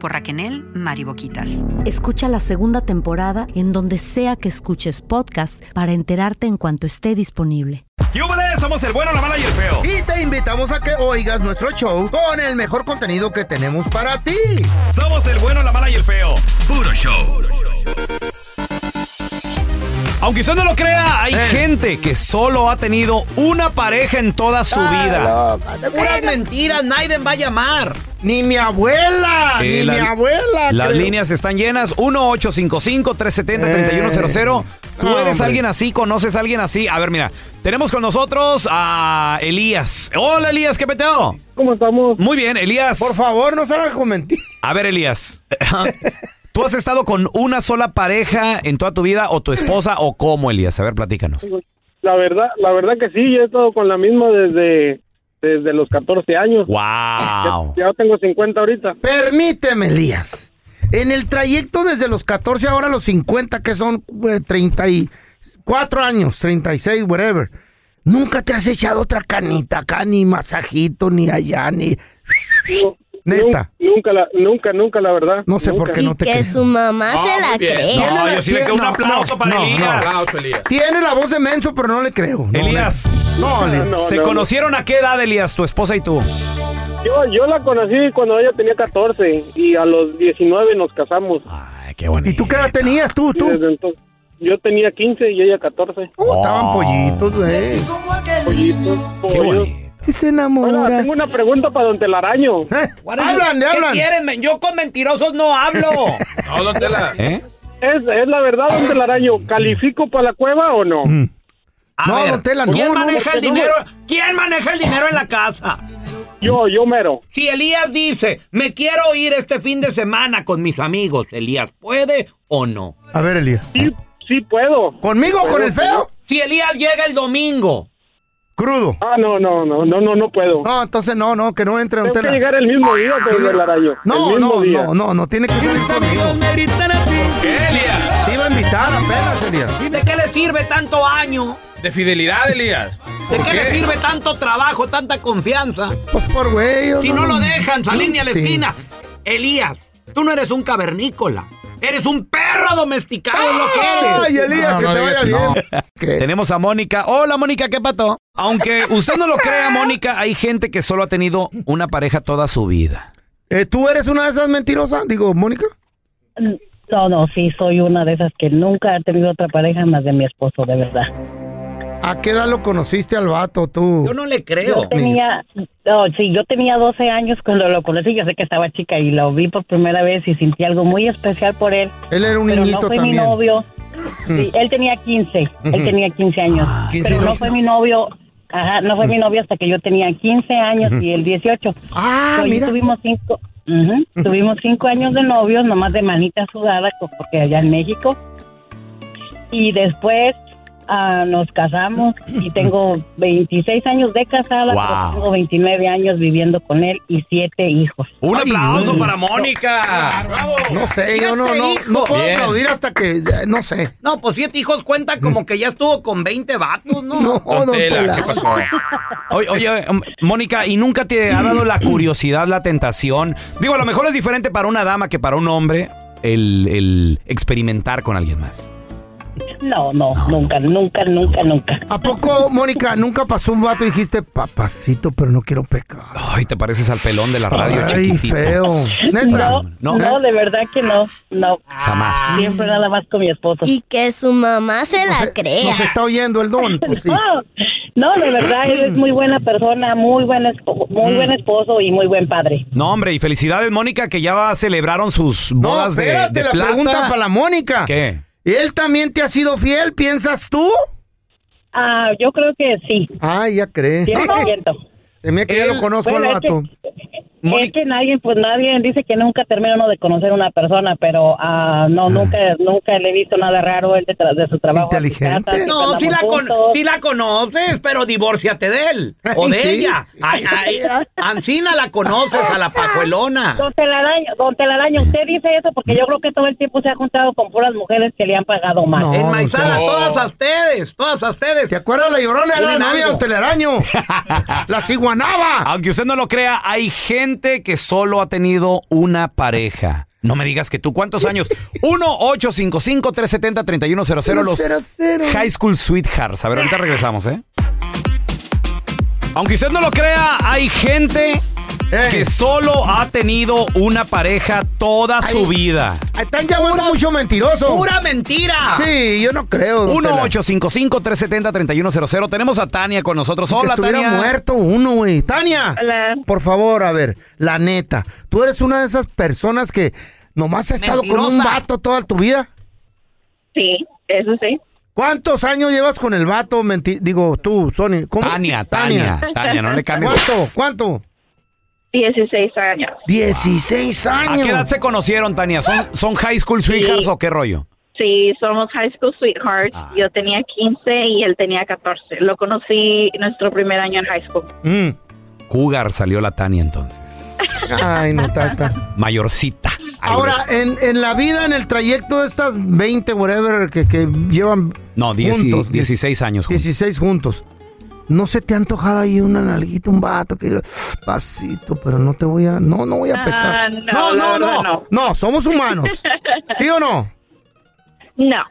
por Raquel Mariboquitas. Escucha la segunda temporada en donde sea que escuches podcast para enterarte en cuanto esté disponible. ¡Yúbales! Somos el bueno, la mala y el feo. Y te invitamos a que oigas nuestro show con el mejor contenido que tenemos para ti. Somos el bueno, la mala y el feo. Puro show. Aunque usted no lo crea, hay gente que solo ha tenido una pareja en toda Ah, su vida. Eh, Puras mentiras, Naiden va a llamar. Ni mi abuela, Eh, Ah, ni la- mi abuela. Las creo. líneas están llenas. 1-855-370-3100. Tú no, eres Eh. hombre. alguien así, conoces a alguien así. A ver, mira, tenemos con nosotros a Elías. Hola, Elías, ¿qué peteo? ¿Cómo estamos? Muy bien, Elías. Por favor, no salgas con mentiras. A ver, Elías. ¿Tú has estado con una sola pareja en toda tu vida o tu esposa o cómo, Elías? A ver, platícanos. La verdad, la verdad que sí, yo he estado con la misma desde, desde los 14 años. ¡Wow! Ya tengo 50 ahorita. Permíteme, Elías. En el trayecto desde los 14 ahora a los 50, que son eh, 34 años, 36, whatever. Nunca te has echado otra canita acá, ni masajito, ni allá, ni. Neta. Nunca, la, nunca, nunca, la verdad. No sé por qué no te creo. mamá Ah, muy bien. No, yo sí le creo un aplauso para Elías. Aplauso, Tiene la voz de menso, pero no le creo. No, Elías, No, Elías. ¿se no, no. conocieron a qué edad, Elías, tu esposa y tú? Yo, yo la conocí cuando ella tenía 14 y a los 19 nos casamos. Ay, qué bonito. ¿Y tú qué edad tenías tú, tú? Desde entonces, yo tenía 15 y ella 14. Uh, Oh, Estaban pollitos, güey. Pollitos, pollos. Que se enamora. Hola, tengo una pregunta para don Telaraño. Hablan, ¿Qué hablan. quieren, men? Yo con mentirosos no hablo. No, don Tela. ¿Eh? Es, es la verdad, don Telaraño. ¿Califico para la cueva o no? A Mm. No, ver, don Tela, no, ¿Quién no, maneja no, el no. dinero? ¿Quién maneja el dinero en la casa? Yo, yo mero. Si Elías dice, me quiero ir este fin de semana con mis amigos, Elías, ¿puede o no? A ver, Elías. Sí, sí puedo. ¿Conmigo o con el feo? Si Elías llega el domingo, Crudo. Ah, no, no, no, no, no, no puedo. No, entonces no, no, que no entre don Tengo que Tela. llegar el mismo día, don Telaraño. No, el mismo no, día. no, no, no tiene que salir conmigo. Elías? Te iba a invitar apenas, Elías. ¿de qué le sirve tanto año? De fidelidad, Elías. ¿De qué, le sirve tanto trabajo, tanta confianza? Pues por güey. yo Si no, lo dejan salir ni a la Sí. esquina. Elías, tú no eres un cavernícola. Eres un perro domesticado, lo que Ay, eres. Elías, No, que no te digas vaya eso. bien. ¿Qué? Tenemos a Mónica. Hola, Mónica, ¿qué pato? Aunque usted no lo crea, Mónica, hay gente que solo ha tenido una pareja toda su vida. Eh, ¿Tú eres una de esas mentirosas? Digo, Mónica. No, no, sí, soy una de esas que nunca ha tenido otra pareja más de mi esposo, de verdad. ¿A qué edad lo conociste al vato tú? Yo no le Yo tenía, no, sí, yo tenía 12 años cuando lo conocí, yo sé que estaba chica y lo vi por primera vez y sentí algo muy especial por él. Él era un pero niñito no fue también. Mm. mi novio. Sí, él tenía 15, Ujú. él tenía 15 años, 15 pero no años. Mm. fue mi novio. Ajá, no fue mi novio hasta que yo tenía 15 años Ujú. y él 18. Ah, So, yo mira. Tuvimos cinco, ujú, tuvimos cinco años de novios, nomás de manita sudada, co- porque allá en México. Y después ah, nos casamos y tengo 26 años de casada, Wow. pero tengo 29 años viviendo con él y siete hijos. Un Ay, aplauso no. para Mónica. No sé, yo no, no, hijo. no puedo Bien. aplaudir hasta que, eh, no sé. No, pues siete hijos cuenta como que ya estuvo con 20 vatos, ¿no? No, Don don Tela, pues, Tela. ¿qué pasó? Oye, oye, eh, Mónica, ¿y nunca te ha dado la curiosidad, la tentación? Digo, a lo mejor es diferente para una dama que para un hombre el, el experimentar con alguien más. No, no, nunca, nunca, nunca, nunca. ¿A poco, Mónica, nunca pasó un vato y dijiste, papacito, pero no quiero pecar? Ay, te pareces al pelón de la radio, Ay, chiquitito. feo. ¿Neta? No, No. no, de verdad que no, no. Jamás. Siempre nada más con mi esposo. Y que su mamá se la crea. Nos está oyendo el don, pues sí. No, no, de verdad, él es muy buena persona, muy buen, espo- muy Mm. buen esposo y muy buen padre. No, hombre, y felicidades, Mónica, que ya va- celebraron sus No, bodas de- espérate, de, la plata. pregunta para la Mónica. ¿Qué? ¿Él también te ha sido fiel, piensas tú? Ah, yo creo que sí. Ah, ya crees. 100%. Se me que ya lo conozco Bueno, este al es que- vato. Es que nadie, pues nadie dice que nunca termina uno de conocer una persona, pero ah, no, nunca, nunca le he visto nada raro él detrás de su trabajo. Inteligente. No, sí si la, con- sí la conoces, pero divórciate de él o Ay, de sí. ella. Ay, ay, Ancina la conoces, a la pajuelona. Don Telaraño, don Telaraño, usted dice eso porque yo creo que todo el tiempo se ha juntado con puras mujeres que le han pagado mal. No, Enmaizada, no sé. todas a ustedes, todas a ustedes. ¿Te acuerdas la llorona? Era la novia de un algo. telaraño. la ciguanaba. Aunque usted no lo crea, hay gente que solo ha tenido una pareja. No me digas que tú, ¿cuántos años? 1-855-370-3100, los High School Sweethearts. A ver, ahorita regresamos, ¿eh? Aunque usted no lo crea, hay gente que solo ha tenido una pareja toda su vida. Están llamando mucho mentiroso. pura mentira. Sí, yo no creo. don Tela. 1-855-370-3100. Tenemos a Tania con nosotros. Que Hola, estuviera Tania. muerto uno, güey. Tania. Por favor, a ver, la neta. ¿Tú eres una de esas personas que nomás ha estado con un Mentirosa. vato toda tu vida? Sí, eso sí. ¿Cuántos años llevas con el vato? Menti- Digo, tú, Sony. ¿cómo? Tania, Tania, Tania, no le cambies. ¿Cuánto? ¿Cuánto? 16 años. 16 ¿A años. qué edad se conocieron, Tania? ¿Son, son high school sweethearts o qué rollo? Sí, somos high school sweethearts. Ah. Yo tenía 15 y él tenía 14. Lo conocí nuestro primer año en high school. Mm. Cougar salió la Tania entonces. Ay, no, tata. Mayorcita. Ahora, en, en la vida, en el trayecto de estas 20, whatever, que, que llevan. No, 10 y- juntos, 16 años juntos. 16 juntos. ¿No se te ha antojado ahí una nalguita, un vato que diga, pasito, pero no te voy a. No, no voy a Ah, pecar. no, no, la no, verdad no. No, somos humanos. ¿Sí o no? No.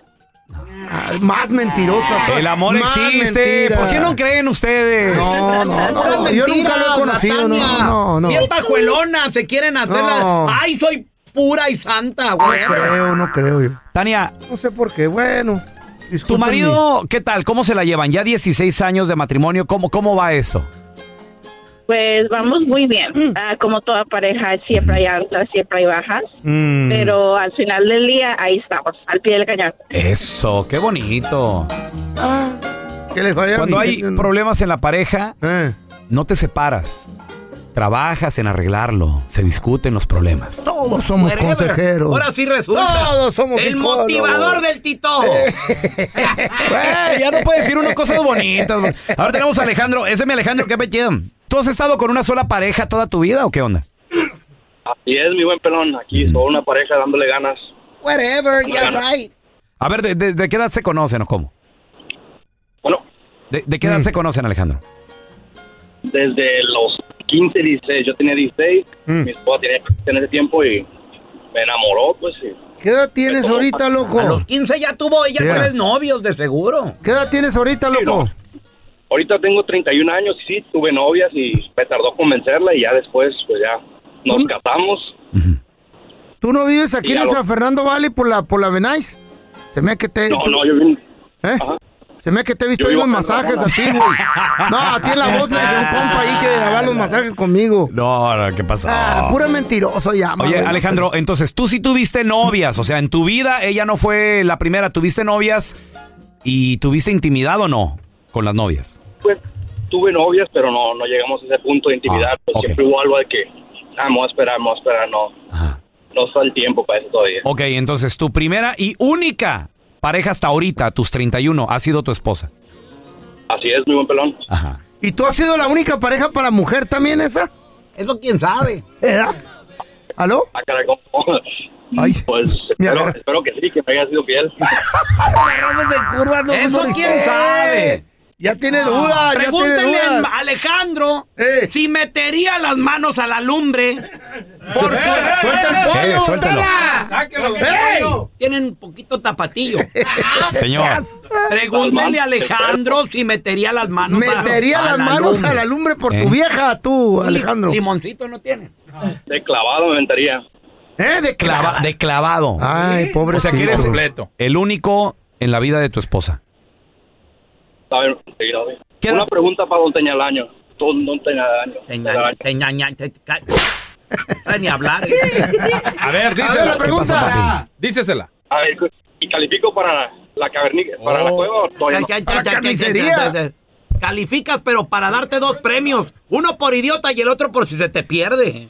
Ah, más mentirosa. El amor Más existe. mentira. ¿Por qué no creen ustedes? No, no, no. Puras mentiras, yo nunca lo he la conocido, no, Tania. no, no. Bien pajuelona, se quieren hacer No. la- Ay, soy pura y santa, No güey. creo, no creo yo. Tania. No sé por qué. Bueno. ¿Tu disculpen marido qué tal? ¿Cómo se la llevan? Ya 16 años de matrimonio. ¿Cómo, cómo va eso? Pues vamos muy Mm. bien. Ah, como toda pareja, siempre hay altas, siempre hay bajas. Mm. Pero al final del día, ahí estamos, al pie del cañón. Eso, qué bonito. Ah. Que les vaya Cuando hay bien, ¿no? Eh. problemas en la pareja, no te separas. Trabajas en arreglarlo. Se discuten los problemas. Todos somos Whatever. consejeros. Ahora sí resulta. Todos somos El psicólogos. motivador del Tito. Eh. Güey, ya no puede decir uno cosas bonitas. güey. Ahora tenemos a Alejandro. Ese es mi Alejandro, qué pechido. ¿Tú has estado con una sola pareja toda tu vida o qué onda? Así es, mi buen pelón. Aquí soy una pareja dándole ganas. Whatever, yeah, right. A ver, ¿de, de- de qué edad se conocen o cómo? Bueno. ¿De, de qué Mm. edad se conocen, Alejandro? Desde los 15, 16. Yo tenía 16. Mm. Mi esposa tenía 15 en ese tiempo y me enamoró, pues. y- ¿Qué edad tienes Eso. ahorita, loco? A los 15 ya tuvo ella Yeah. tres novios, de seguro. ¿Qué edad tienes ahorita, loco? Ahorita tengo 31 años y sí, tuve novias y me tardó convencerla y ya después, pues ya nos casamos. ¿Tú no vives aquí Sí, en el algo. San Fernando Valley por la, por la Benais? Se me que te... No, no, yo vine. ¿Eh? Ajá. Se me que te he visto Yo ahí iba los a masajes a Canadá. ti, güey. No, a ti en la voz me dio un compa ahí que daba los masajes conmigo. No, no, ¿qué pasó? Ah, puro mentiroso ya, Oye, güey. Alejandro, entonces tú sí tuviste novias, o sea, en tu vida ella no fue la primera, tuviste novias y tuviste intimidad o no con las novias. Pues tuve novias, pero no, no llegamos a ese punto de intimidad. pues, Siempre hubo algo de que, ah, me voy a esperar, me voy a esperar, no. No está el tiempo para eso todavía. Ok, entonces tu primera y única pareja hasta ahorita, tus 31, ha sido tu esposa. Así es, mi buen pelón. Ajá. ¿Y tú has sido la única pareja para mujer también esa? ¿Eh? Eso quién sabe. ¿Aló? Ah, caray, ¿cómo? pues espero, espero que sí, que me haya sido fiel. Eso quién sabe. Ya tiene duda, ya Pregúntele tiene duda. a Alejandro si metería las manos a la lumbre. Porque suelta el pollo, Eh, suéltalo. Tela. Sáquelo, Ey. Tienen un poquito tapatillo. Señor. Pregúntele a Alejandro si metería las manos Metería las manos a la lumbre por tu vieja, tú, Alejandro. ¿Eh? Limoncito no tiene. De clavado me aventaría. ¿Eh? De Clava- de clavado. Ay, pobre. O sea, que eres Completo. el único en la vida de tu esposa. A ver, seguir, a ver. Una pregunta para don Teñalaño. Don, don Teñalaño. Teñalaño. Ni hablar. A ver, A ver, dísela. la pregunta. ¿Qué pasó, papi? dísesela. A ver, ¿y califico para la cavernica, para Oh. la cueva o todavía no? Calificas, pero para darte dos premios. Uno por idiota y el otro por si se te pierde.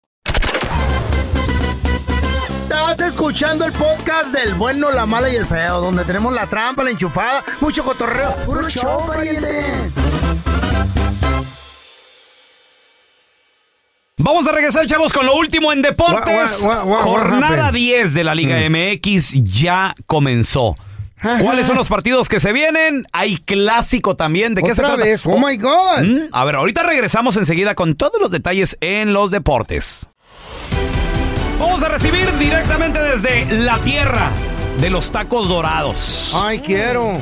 Estás escuchando el podcast del bueno, la mala y el feo, donde tenemos la trampa, la enchufada, mucho cotorreo. ¡Puro show, pariente! Vamos a regresar, chavos, con lo último en deportes. What, what, what, what Jornada happened? 10 de la Liga Mm. MX ya comenzó. ¿Cuáles son los partidos que se vienen? Hay clásico también. ¿De qué se Otra trata? vez, oh my God. Mm, A ver, ahorita regresamos enseguida con todos los detalles en los deportes. Vamos a recibir directamente desde la tierra de los tacos dorados. Ay, quiero.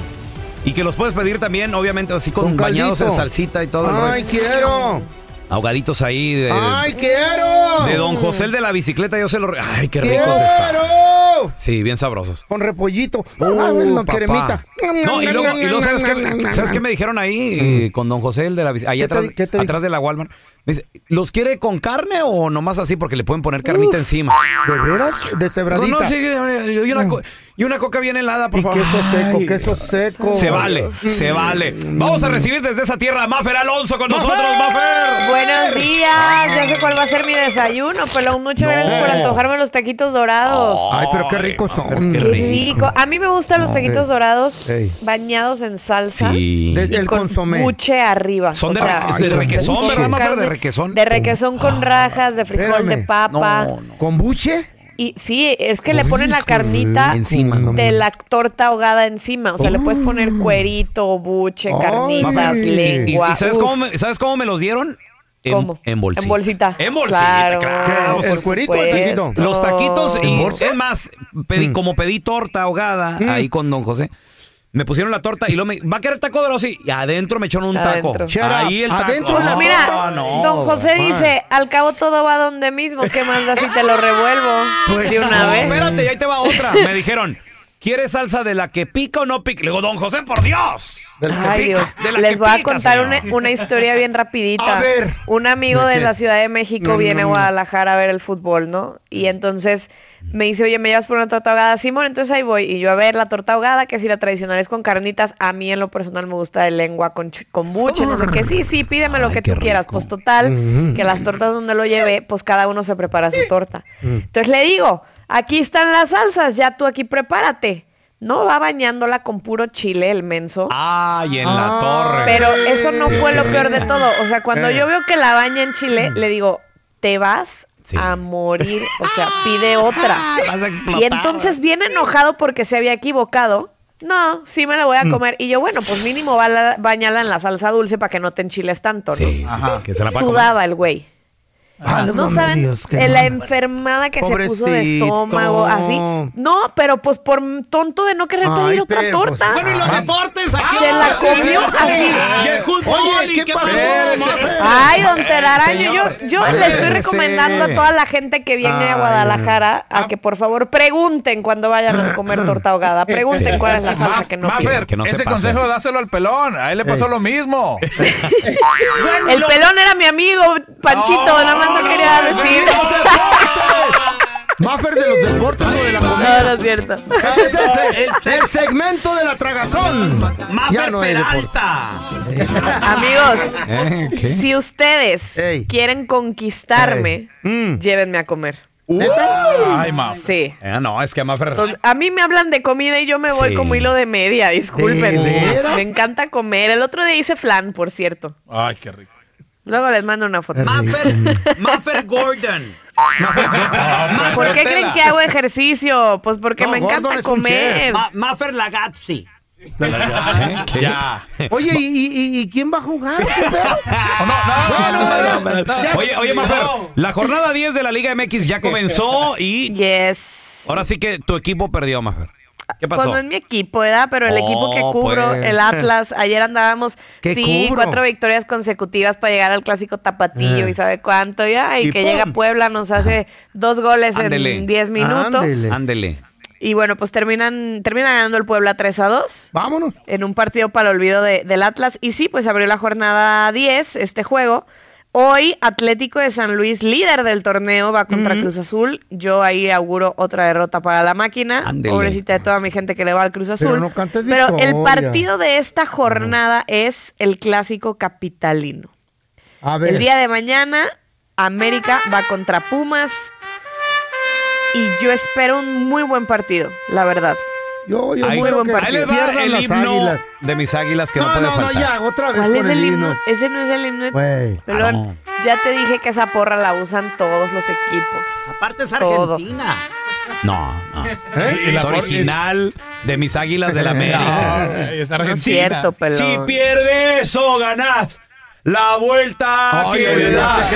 Y que los puedes pedir también, obviamente, así con, Con bañados en caldito. salsita y todo. el ¡Ay, rollo. quiero! Ahogaditos ahí de, ¡Ay, quiero! de Don José el de la bicicleta. Yo se lo... re- ¡Ay, qué ricos están! ¡Quiero! Sí, bien sabrosos. Con repollito. Ah, Uh, no, papá. cremita. No, y luego, y luego, ¿sabes, qué, ¿sabes qué me dijeron ahí eh, con don José, el de la bici- ahí Mm. ¿Qué te atrás, di- qué te atrás de la Walmart? Me dice, ¿los quiere con carne o nomás así? Porque le pueden poner carnita encima. ¿De veras? ¿De No, cebradita? no, sí, eh, y una, co- y una coca bien helada, Ah. por Y favor. queso seco, Ay. queso seco. Se vale, se vale. Vamos a recibir desde esa tierra a Mafer Alonso con nosotros, Mafer. Buenos días, ya sé cuál va a ser mi desayuno, pelón. Muchas gracias por antojarme los taquitos dorados. Ay, pero qué ricos son. Qué rico. A mí me gustan los Ah, taquitos ey. dorados Ey. bañados en salsa. Sí. y De- el con consomé. buche arriba. Son O de, sea, reque- de requesón, ¿verdad, Mafer? De requesón. Ah, De requesón con rajas, de frijol de espérame. papa. No, ¿Con buche? Y sí, es que le ponen la Rico. carnita Encima. Mm. de la torta ahogada encima. O sea, le puedes poner cuerito, buche, carnitas, Mafer, y- y- lengua. ¿Y sabes Uf. cómo, me, sabes cómo me los dieron? En, ¿Cómo? en bolsita. En bolsita. Pues En bolsita, claro. Claro, ¿El por cuerito o el supuesto. taquito? Los taquitos ¿En y bolsa? es más, pedí- como pedí torta ahogada ahí con don José. Me pusieron la torta y luego me va a querer taco de los y y adentro me echaron un taco. Adentro. Shut Ahí up. el taco. Adentro Pues la mira, Ah, no, don José man. dice, al cabo todo va donde mismo, ¿qué más da si te lo revuelvo? Pues de una no, vez. Espérate, y ahí te va otra. Me dijeron, ¿quieres salsa de la que pica o no pica? Le digo, don José, por Dios. Ay, Dios. De la Les que voy a pica, contar e- señor. una, una historia bien rapidita. A ver. Un amigo ¿De de qué? la Ciudad de México No, viene no, Mm. no. a Guadalajara a ver el fútbol, ¿no? Y entonces me dice, oye, ¿me llevas por una torta ahogada? Simón, entonces ahí voy. Y yo a ver la torta ahogada, que si la tradicional es con carnitas, a mí en lo personal me gusta de lengua con, chu- con buche, no sé qué. Sí, sí, pídeme lo que tú quieras. Pues total, Mm. que las tortas donde lo llevé, pues cada uno se prepara su torta. Entonces le digo, aquí están las salsas, ya tú aquí prepárate. No va bañándola con puro chile el menso. Ay, en la torre. Pero eso no fue lo peor de todo. O sea, cuando Eh. yo veo que la baña en Mm. chile, le digo, te vas a morir. O sea, pide otra. Vas a Y explotar. entonces viene enojado porque se había equivocado. No, sí me la voy Mm. a comer. Y yo, bueno, pues mínimo va la- bañala en la salsa dulce para que no te enchiles tanto, ¿no? Sí, sí, que se la va a comer. Ah, Sudaba el güey. Válgame no saben Dios, qué eh, la mal. enfermada que se puso de Pobrecito. estómago, así. No, pero pues por tonto de no querer Ay, pedir otra pero, pues, torta. Bueno, y los deportes aquí. Se la comió así. Y el fútbol, Oye, ¿y ¿qué qué pasó, pasó, Mafe? Ay, don Eh, Telaraño, señor. yo, yo Ay, le estoy sí. recomendando eh. a toda la gente que viene a Ay. Guadalajara a que por favor pregunten cuando vayan a comer torta ahogada. Pregunten Sí. cuál es la salsa que no quieren. Que- que no se ese pase. consejo dáselo al pelón. A él le pasó lo mismo. El pelón era mi amigo, Panchito, nada más no quería decir. Maffer de los deportes o de la No, no comida. es cierto. Este es el, se- el segmento de la tragazón. Ya no es deporte. Amigos, ¿Eh? ¿Qué? si ustedes quieren conquistarme, Mm. llévenme a comer. Uh. ¿Neta? Ay, Maf. Sí. Eh, no, es que a Maffer. Entonces, a mí me hablan de comida y yo me voy Sí. como hilo de media, disculpen. ¿De veras? Me encanta comer. El otro día hice flan, por cierto. Ay, qué rico. Luego les mando una foto. Maffer Gordon. ¿Por qué creen que hago ejercicio? Pues porque No, me Gordon es encanta un chef. comer. Ma- Maffer Lagazzi. ¿eh? Ya. Oye, ¿y, y, y- y quién va a jugar? ¿Qué pedo? Oye, oye, Maffer, la jornada 10 de la Liga MX ya comenzó y Yes. ahora sí que tu equipo perdió, Maffer. ¿Qué Pues pasó? no es mi equipo, ¿verdad? Pero el Oh, equipo que cubro, pues. el Atlas, ayer andábamos, ¿Qué sí, cubro? cuatro victorias consecutivas para llegar al clásico tapatillo Eh. y sabe cuánto ya, y, Y que llega ¡pum! Puebla, nos hace dos goles Ándele. en diez minutos. Ándele. Y bueno, pues terminan, termina ganando el Puebla 3 a 2. Vámonos. En un partido para el olvido de- del Atlas. Y sí, pues abrió la jornada 10 este juego. Hoy Atlético de San Luis, líder del torneo, va contra Cruz Azul. Yo ahí auguro otra derrota para la máquina. Ándele. Pobrecita de toda mi gente que le va al Cruz Azul. Pero no cantes Pero el victoria. partido de esta jornada es el clásico capitalino. A ver. El día de mañana, América va contra Pumas. Y yo espero un muy buen partido, la verdad. Yo, yo Ahí, muero que ahí les va pierdan el las himno águilas. de mis águilas que no, No, puede no, no, faltar. ya, otra vez ¿Cuál por es el el himno. himno? Ese no es el himno. Güey. Pelón, Ah, ya te dije que esa porra la usan todos los equipos. Aparte es Todos. Argentina. No, no. ¿Y la Es por- original de mis águilas de la América. Ay, es No es argentina. cierto, pelón. Si pierdes o ganás, la vuelta Ay, que ay, le ay, das. ay,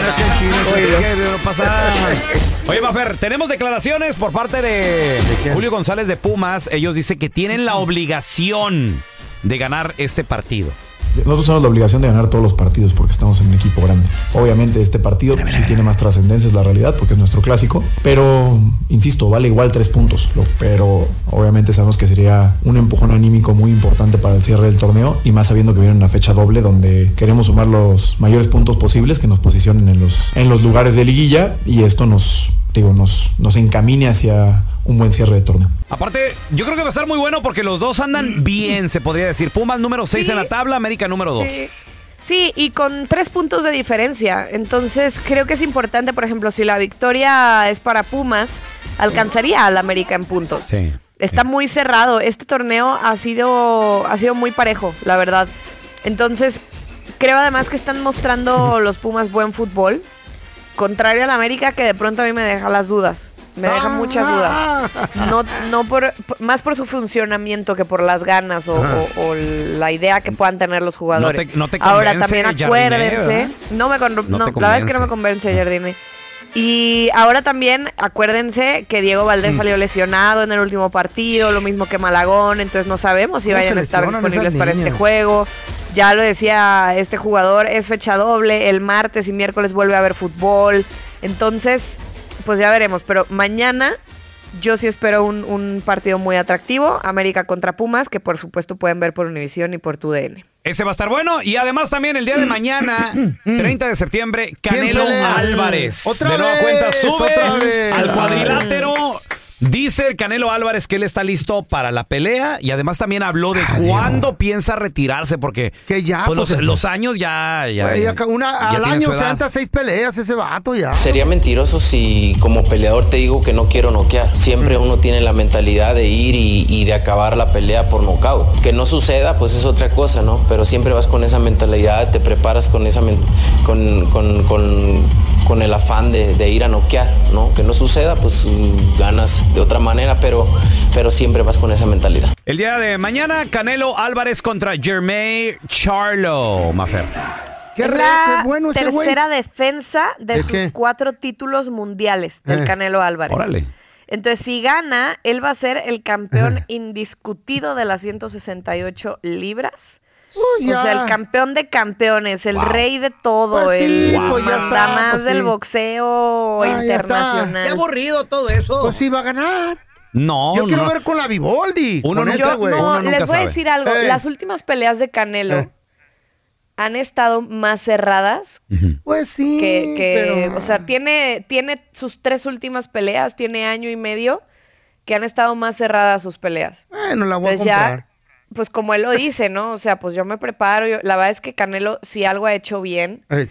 Oye, Mafer, tenemos declaraciones por parte de, Julio González de Pumas. Ellos dicen que tienen la obligación de ganar este partido. Nosotros tenemos la obligación de ganar todos los partidos porque estamos en un equipo grande. Obviamente este partido sí tiene más trascendencia, es la realidad, porque es nuestro clásico. Pero, insisto, vale igual tres puntos. lo- Pero obviamente sabemos que sería un empujón anímico muy importante para el cierre del torneo y más sabiendo que viene una fecha doble donde queremos sumar los mayores puntos posibles que nos posicionen en los, en los lugares de liguilla y esto nos, digo, nos, nos encamine hacia un buen cierre de torneo. Aparte, yo creo que va a estar muy bueno porque los dos andan bien, se podría decir. Pumas número 6 en la tabla, América número 2. Sí. Sí, y con tres puntos de diferencia. Entonces, creo que es importante, por ejemplo, si la victoria es para Pumas, alcanzaría al América en puntos. Sí. Está muy cerrado. Este torneo ha sido, ha sido muy parejo, la verdad. Entonces, creo además que están mostrando los Pumas buen fútbol. Contrario al América, que de pronto a mí me deja las dudas. Me Ah. deja muchas dudas. No, no por, por- más por su funcionamiento que por las ganas o, Ajá. o- o la idea que puedan tener los jugadores. No te- no te Ahora convence, también Jardine, acuérdense. ¿verdad? No me con- No te no, la verdad es que no me convence, Jardine. Y ahora también acuérdense que Diego Valdés Mm. salió lesionado en el último partido, lo mismo que Malagón, entonces no sabemos si ¿Cómo se vayan a estar lesionan esas disponibles para este niñas? juego. Ya lo decía este jugador, es fecha doble, el martes y miércoles vuelve a haber fútbol. Entonces, pues ya veremos, pero mañana yo sí espero un, un partido muy atractivo, América contra Pumas, que por supuesto pueden ver por Univisión y por TUDN. Ese va a estar bueno. Y además también el día Mm. de mañana, 30 de septiembre, Canelo pelea? Álvarez. Otra de nueva vez, cuenta, otra sube vez. al cuadrilátero. Dice el Canelo Álvarez que él está listo para la pelea y además también habló de cuándo piensa retirarse porque pues, los, pues, los años ya... ya, Güey, acá una- ya al tiene año su se edad. anta seis peleas ese vato ya. Sería mentiroso si como peleador te digo que no quiero noquear. Siempre uno tiene la mentalidad de ir y, y de acabar la pelea por nocaut. Que no suceda, pues es otra cosa, ¿no? Pero siempre vas con esa mentalidad, te preparas con esa men- con, con- con- con el afán de, de ir a noquear, ¿no? Que no suceda, pues mm, ganas de otra manera, pero, pero siempre vas con esa mentalidad. El día de mañana, Canelo Álvarez contra Jermaine Charlo, Mafer. es re- la qué bueno ese güey. tercera defensa de, ¿De sus qué? cuatro títulos mundiales del Eh. Canelo Álvarez. Órale. Entonces, si gana, él va a ser el Eh. campeón indiscutido de las 168 libras. ya. O sea, el campeón de campeones, el Wow. rey de todo, Pues sí, el pues ya está, mandamás pues del sí. boxeo Ah, ya está. internacional. Qué aburrido todo eso. Pues sí va a ganar. No, Yo quiero no. ver con la Vivaldi. Uno con nunca- esta, güey. no, Uno nunca les voy sabe. a decir algo. Eh. Las últimas peleas de Canelo Eh. han estado más cerradas. Pues sí. Que, que, pero- o sea, tiene, tiene sus tres últimas peleas, tiene año y medio que han estado más cerradas sus peleas. Bueno, la voy a Entonces ya, comprar. pues como él lo dice, ¿no? O sea, pues yo me preparo. yo- la verdad es que Canelo, si algo ha hecho bien, Eh,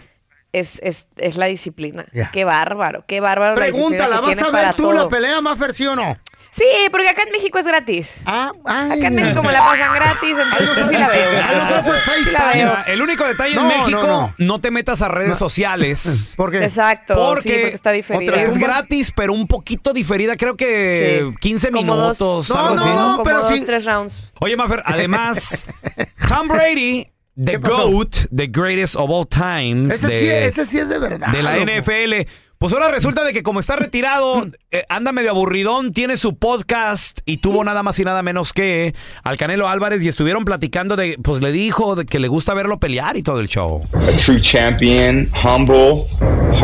es, es, es la disciplina. Ya. Qué bárbaro, qué bárbaro. la disciplina Pregúntala, que ¿vas tiene a para ver tú todo. la pelea más sí o no? Sí, porque acá en México es gratis. Ah, acá en México me la pasan gratis, entonces sí la veo. ¿eh? Sí la veo. Mira, el único detalle No, en no, México, no, no. te metas a redes sociales. ¿Por qué? Exacto, sí, porque está diferida. Otra. Es gratis, pero un poquito diferida. Creo que Sí. 15 Como dos- minutos, algo así, ¿no? como dos, tres rounds. Oye, Mafer, además, Tom Brady, the GOAT, the greatest of all times. Ese, de, sí, ese sí es de verdad. de la Ah, loco. NFL. Pues ahora resulta de que como está retirado, eh, anda medio aburridón, tiene su podcast y tuvo nada más y nada menos que al Canelo Álvarez y estuvieron platicando de, pues le dijo de que le gusta verlo pelear y todo el show. a true champion, humble,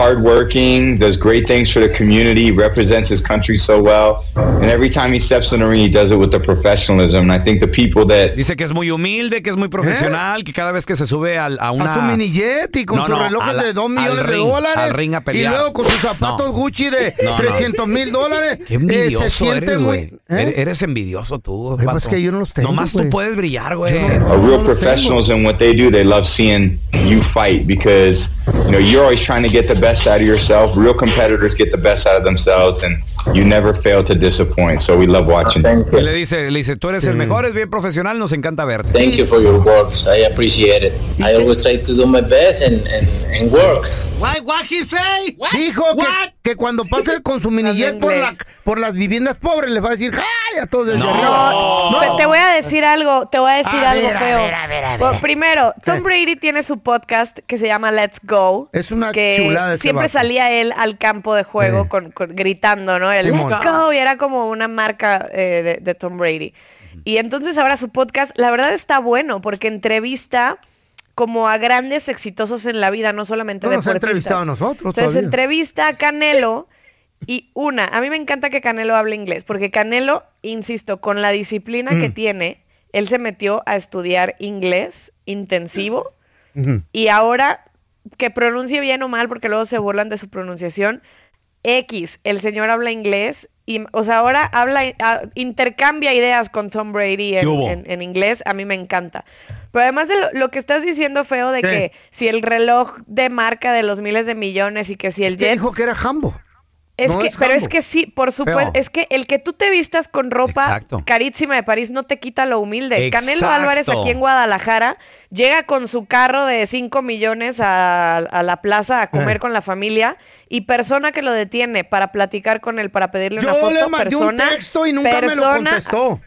hardworking, does great things for the community, represents his country so well. And every time he steps in the ring, he does it with the professionalism. And I think the people that Dice que es muy humilde, que es muy profesional, que cada vez que se sube al- a una... A su ¿Eh? mini jet y con No, sus no, relojes a la- de 2 al millones de ring, dólares. al ring a pelear. Y luego con sus zapatos No. Gucci de No, no. 300 mil dólares. Qué eh, envidioso se siente eres, güey. muy. ¿eh? Eres- Eres envidioso tú, pues vato. que yo no los tengo, Nomás güey. tú puedes brillar, güey. are real professionals in what they do. They love seeing you fight because you know you're always trying to get the best out of yourself. Real competitors get the best out of themselves, and you never fail to disappoint. So we love watching. Y le dice, le dice, tú eres el mejor, es bien profesional, nos encanta verte. Thank you for your words. I appreciate it. I always try to do my best and, and, and works. Why, what he say? Dijo que, que cuando pase con su mini jet por, la- por las viviendas pobres les va a decir ¡Ay! a todos desde No. arriba. Pero Te voy a decir algo, te voy a decir A algo ver, a feo. ver, a ver, a ver. Bueno, primero, Tom Brady tiene su podcast que se llama Let's Go. Es una que chulada ese siempre vato. salía él al campo de juego con, con- gritando, ¿no? El Simón. Let's Go y era como una marca eh, de, de Tom Brady. Y entonces ahora su podcast, la verdad está bueno porque entrevista como a grandes exitosos en la vida, no solamente No nos ha deportistas. entrevistado a nosotros Entonces todavía. entrevista a Canelo y una, a mí me encanta que Canelo hable inglés, porque Canelo, insisto, con la disciplina que Mm. tiene, él se metió a estudiar inglés intensivo y ahora que pronuncie bien o mal, porque luego se burlan de su pronunciación, X, el señor habla inglés. Y, o sea, ahora habla, ah, intercambia ideas con Tom Brady ¿Qué en, hubo? en- en inglés, a mí me encanta. Pero además de lo, lo que estás diciendo, Feo, de ¿Qué? que si el reloj de marca de los miles de millones y que si el Que jet dijo que era Hambo. es No que, es pero jambo. es que sí, por supuesto, Feo. es que el que tú te vistas con ropa Exacto. carísima de París no te quita lo humilde. Canelo Exacto. Álvarez aquí en Guadalajara llega con su carro de 5 millones a, a la plaza a comer Eh. con la familia y persona que lo detiene para platicar con él, para pedirle una Yo foto, le mandé un persona, texto y nunca me lo persona- contestó.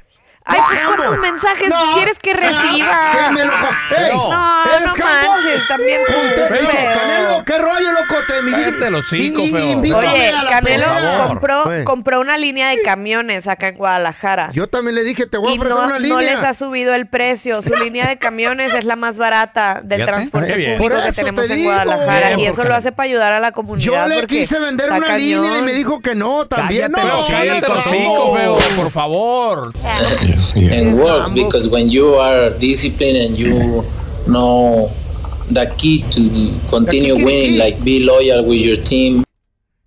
Ay, pues, Escambo. ¿cuántos mensajes No. quieres que reciba? Que me lo- ¡Ey! no, no Escambo. manches, también tú, Feo, feo. Canelo, qué rollo, loco, te mi- Cállate el hocico, y- y- feo. invítame Oye, a la- Canelo por favor. compró, Oye, compró una línea de camiones acá en Guadalajara. Yo también le dije, te voy a y ofrecer no, una no línea. les ha subido el precio. Su línea de camiones es la más barata del Fíjate. transporte Qué bien. público Por que eso tenemos te en digo. Guadalajara. Bien, y por eso lo Canelo. hace para ayudar a la comunidad. Yo le porque quise vender está una cañón. línea y me dijo que no, también Cállate no. los cállate hocico, los hocico, ojos. feo, por favor. and work because when you are disciplined and you know the key to continue winning, like be loyal with your team.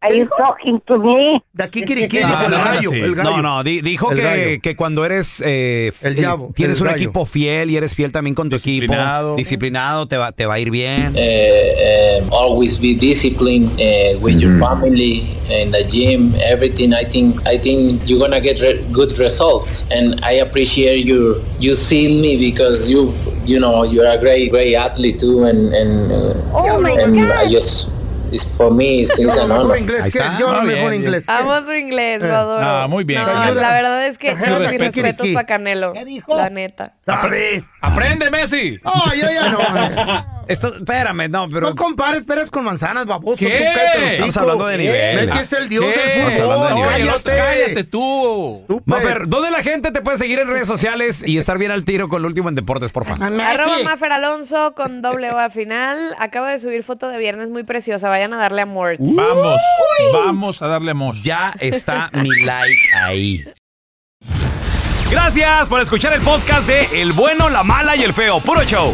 Are you talking to me? De aquí, Kiriquiri, No, el no, no, gallo, sí. el gallo. No, no, di- dijo El que, gallo. que cuando eres eh, f- El llavo, tienes el un gallo. equipo fiel y eres fiel también con tu equipo, disciplinado, te va, te va a ir bien. Uh, um, always be disciplined uh, with your Mm-hmm. family in the gym, everything. I think I think you're gonna get re- good results, and I appreciate you you seeing me because you you know you're a great great athlete too, and and uh, Oh my and God. I just it's for me it's, it's an honor. Ahí está. yo Ah, hablo mejor inglés. Amo su inglés, Eh. lo adoro. Ah, muy bien, No, Canelo. la verdad es que Ajá, mis respeta, respetos Kiki. para Canelo. La neta. ¡Aprende, Messi! No, eh. yo ya no. Esto- espérame, no, pero... No compares peras con manzanas, baboso. ¿Qué? tú cállate los Estamos hocico. hablando de nivel. Messi es el dios ¿Qué? del Estamos hablando de fútbol. nivel. Cállate. Cállate tú. Mafer, ¿dónde la gente te puede seguir en redes sociales y estar bien al tiro con lo último en deportes, por favor? Arroba Mafer Alonso con doble O al final. Acabo de subir foto de viernes muy preciosa. Vayan a darle amor. Vamos, vamos a darle amor. Ya está mi like ahí. Gracias por escuchar el podcast de El Bueno, la Mala y el Feo. Puro show.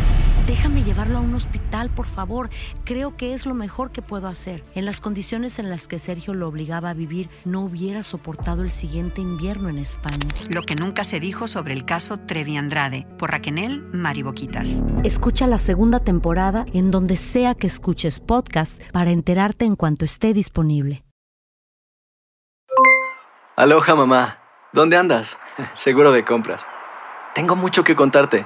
Déjame llevarlo a un hospital, por favor. Creo que es lo mejor que puedo hacer. En las condiciones en las que Sergio lo obligaba a vivir, no hubiera soportado el siguiente invierno en España. Lo que nunca se dijo sobre el caso Trevi Andrade por Raquel Mariboquitas. Escucha la segunda temporada en donde sea que escuches podcast para enterarte en cuanto esté disponible. Aloha mamá, ¿dónde andas? Seguro de compras. Tengo mucho que contarte.